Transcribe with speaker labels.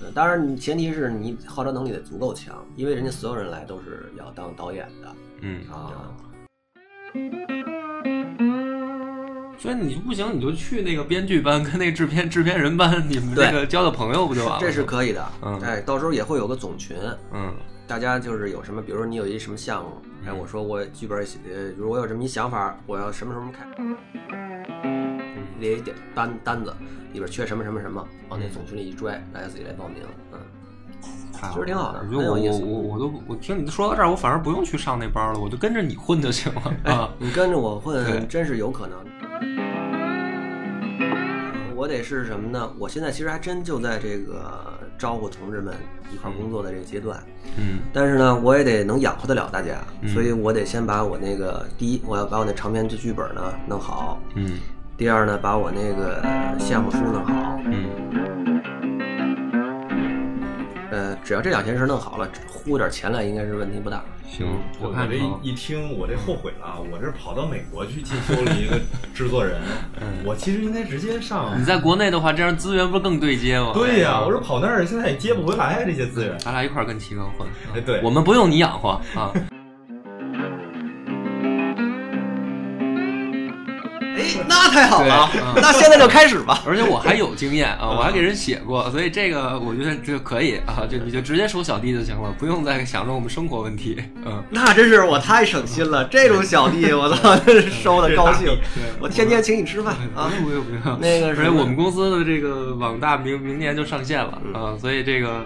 Speaker 1: 呃当然，你前提是你号召能力得足够强，因为人家所有人来都是要当导演的
Speaker 2: 嗯，
Speaker 1: 啊。
Speaker 2: 所以你不行，你就去那个编剧班跟那个制片制片人班，你们
Speaker 1: 对
Speaker 2: 那个交的朋友不就完了？
Speaker 1: 这是，可以的，
Speaker 2: 嗯
Speaker 1: 哎，到时候也会有个总群，
Speaker 2: 嗯
Speaker 1: 大家就是有什么，比如说你有一什么项目，哎，
Speaker 2: 嗯
Speaker 1: 我说我剧本写，呃，如果我有这么一想法，我要什么什么开，
Speaker 2: 嗯
Speaker 1: 列一点单单子，里边缺什么什么什么，往那总群里一拽，大家自己来报名，嗯，
Speaker 2: 太
Speaker 1: 其实挺好的
Speaker 2: 我
Speaker 1: 很有意
Speaker 2: 我
Speaker 1: 思
Speaker 2: 我我都我听你说到这儿，我反而不用去上那班了，我就跟着你混就行 了啊。
Speaker 1: 你跟着我
Speaker 2: 对
Speaker 1: 混，真是有可能。我得是什么呢？我现在其实还真就在这个招呼同志们一块儿工作的这个阶段，
Speaker 2: 嗯
Speaker 1: 但是呢，我也得能养活得了大家，
Speaker 2: 嗯
Speaker 1: 所以我得先把我那个第一，我要把我那长篇剧本呢弄好；
Speaker 2: 嗯
Speaker 1: 第二呢，把我那个项目书弄好。
Speaker 2: 嗯
Speaker 1: 呃，只要这两件事弄好了，呼点钱来应该是问题不大。
Speaker 2: 行，
Speaker 3: 我
Speaker 2: 看
Speaker 3: 这
Speaker 2: 啊
Speaker 3: 一一听，我这后悔了啊，我这跑到美国去进修了一个制 作人，我其实应该直接上
Speaker 2: 嗯你。在国内的话，这样资源不是更对接吗？
Speaker 3: 对呀、我说跑那儿现在也接不回来啊，这些资源。
Speaker 2: 咱俩一块儿跟齐哥混。啊
Speaker 3: 哎对
Speaker 2: 我们不用你养活啊。
Speaker 1: 哎，那太好
Speaker 2: 了对嗯
Speaker 1: 那现在就开始吧。
Speaker 2: 而且我还有经验 啊，我还给人写过，所以这个我觉得这可以啊，就你就直接收小弟就行了，不用再想着我们生活问题。嗯，
Speaker 1: 那真是我太省心了，这种小弟我操，真是 收的高兴。我天天请你吃饭啊
Speaker 2: 不！用不用不用。
Speaker 1: 那个
Speaker 2: 而
Speaker 1: 是嗯
Speaker 2: 且我们公司的这个网大明明年就上线了啊，所以这个